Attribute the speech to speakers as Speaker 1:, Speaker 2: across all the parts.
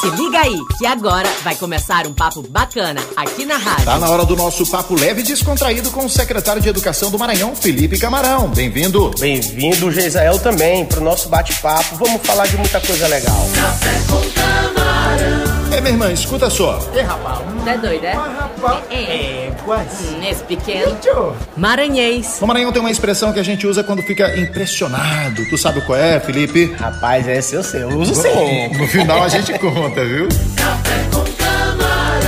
Speaker 1: Se liga aí, que agora vai começar um papo bacana aqui na rádio.
Speaker 2: Tá na hora do nosso papo leve e descontraído com o secretário de Educação do Maranhão, Felipe Camarão. Bem-vindo.
Speaker 3: Bem-vindo, Geisael, também, para o nosso bate-papo. Vamos falar de muita coisa legal.
Speaker 2: É, minha irmã, escuta só.
Speaker 4: É, rapaz.
Speaker 1: Tá doido, é?
Speaker 4: Rapaz.
Speaker 1: É.
Speaker 4: Éguas.
Speaker 1: Hum, Esse pequeno. Maranhês.
Speaker 2: No Maranhão tem uma expressão que a gente usa quando fica impressionado. Tu sabe qual é, Felipe?
Speaker 3: Rapaz, é seu, seu. Eu uso
Speaker 2: Bom,
Speaker 3: sempre.
Speaker 2: No final a gente conta, viu?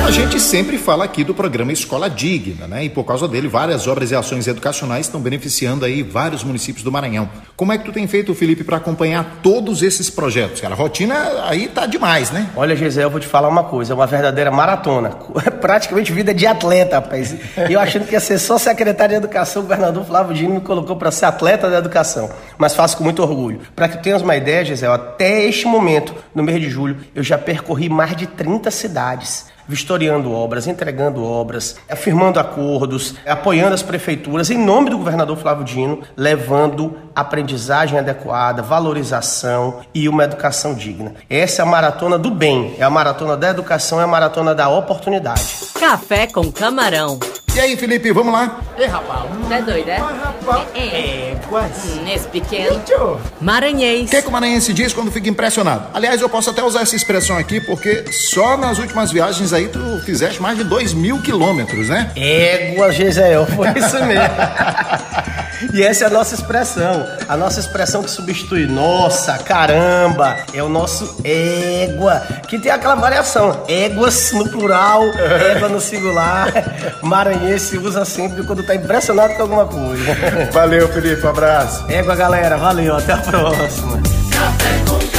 Speaker 2: A gente sempre fala aqui do programa Escola Digna, né? E por causa dele, várias obras e ações educacionais estão beneficiando aí vários municípios do Maranhão. Como é que tu tem feito, Felipe, para acompanhar todos esses projetos? Cara, a rotina aí tá demais, né?
Speaker 3: Olha, Gisele, eu vou te falar uma coisa, é uma verdadeira maratona. É praticamente vida de atleta, rapaz. Eu achando que ia ser só secretário de educação, o governador Flávio Dino me colocou para ser atleta da educação. Mas faço com muito orgulho. Para que tu tenhas uma ideia, Gisele, até este momento, no mês de julho, eu já percorri mais de 30 cidades. Vistoriando obras, entregando obras, afirmando acordos, apoiando as prefeituras, em nome do governador Flávio Dino, levando aprendizagem adequada, valorização e uma educação digna. Essa é a maratona do bem, é a maratona da educação, é a maratona da oportunidade.
Speaker 1: Café com camarão.
Speaker 2: E aí, Felipe, vamos lá?
Speaker 4: É, rapaz.
Speaker 1: Tá doido, é?
Speaker 4: Mas, rapaz.
Speaker 1: É.
Speaker 4: Éguas.
Speaker 1: Hum, Esse pequeno.
Speaker 4: Tchô.
Speaker 1: Maranhês.
Speaker 2: O que, é que o maranhense diz quando fica impressionado? Aliás, eu posso até usar essa expressão aqui, porque só nas últimas viagens aí tu fizeste mais de 2 mil quilômetros, né?
Speaker 3: Égua, Gisele, foi isso mesmo. E essa é a nossa expressão. A nossa expressão que substitui nossa, caramba, é o nosso égua, que tem aquela variação. Éguas no plural, égua no singular. Maranhense usa sempre quando tá impressionado com alguma coisa.
Speaker 2: Valeu, Felipe, um abraço.
Speaker 3: Égua, galera, valeu, até a próxima.
Speaker 5: Café com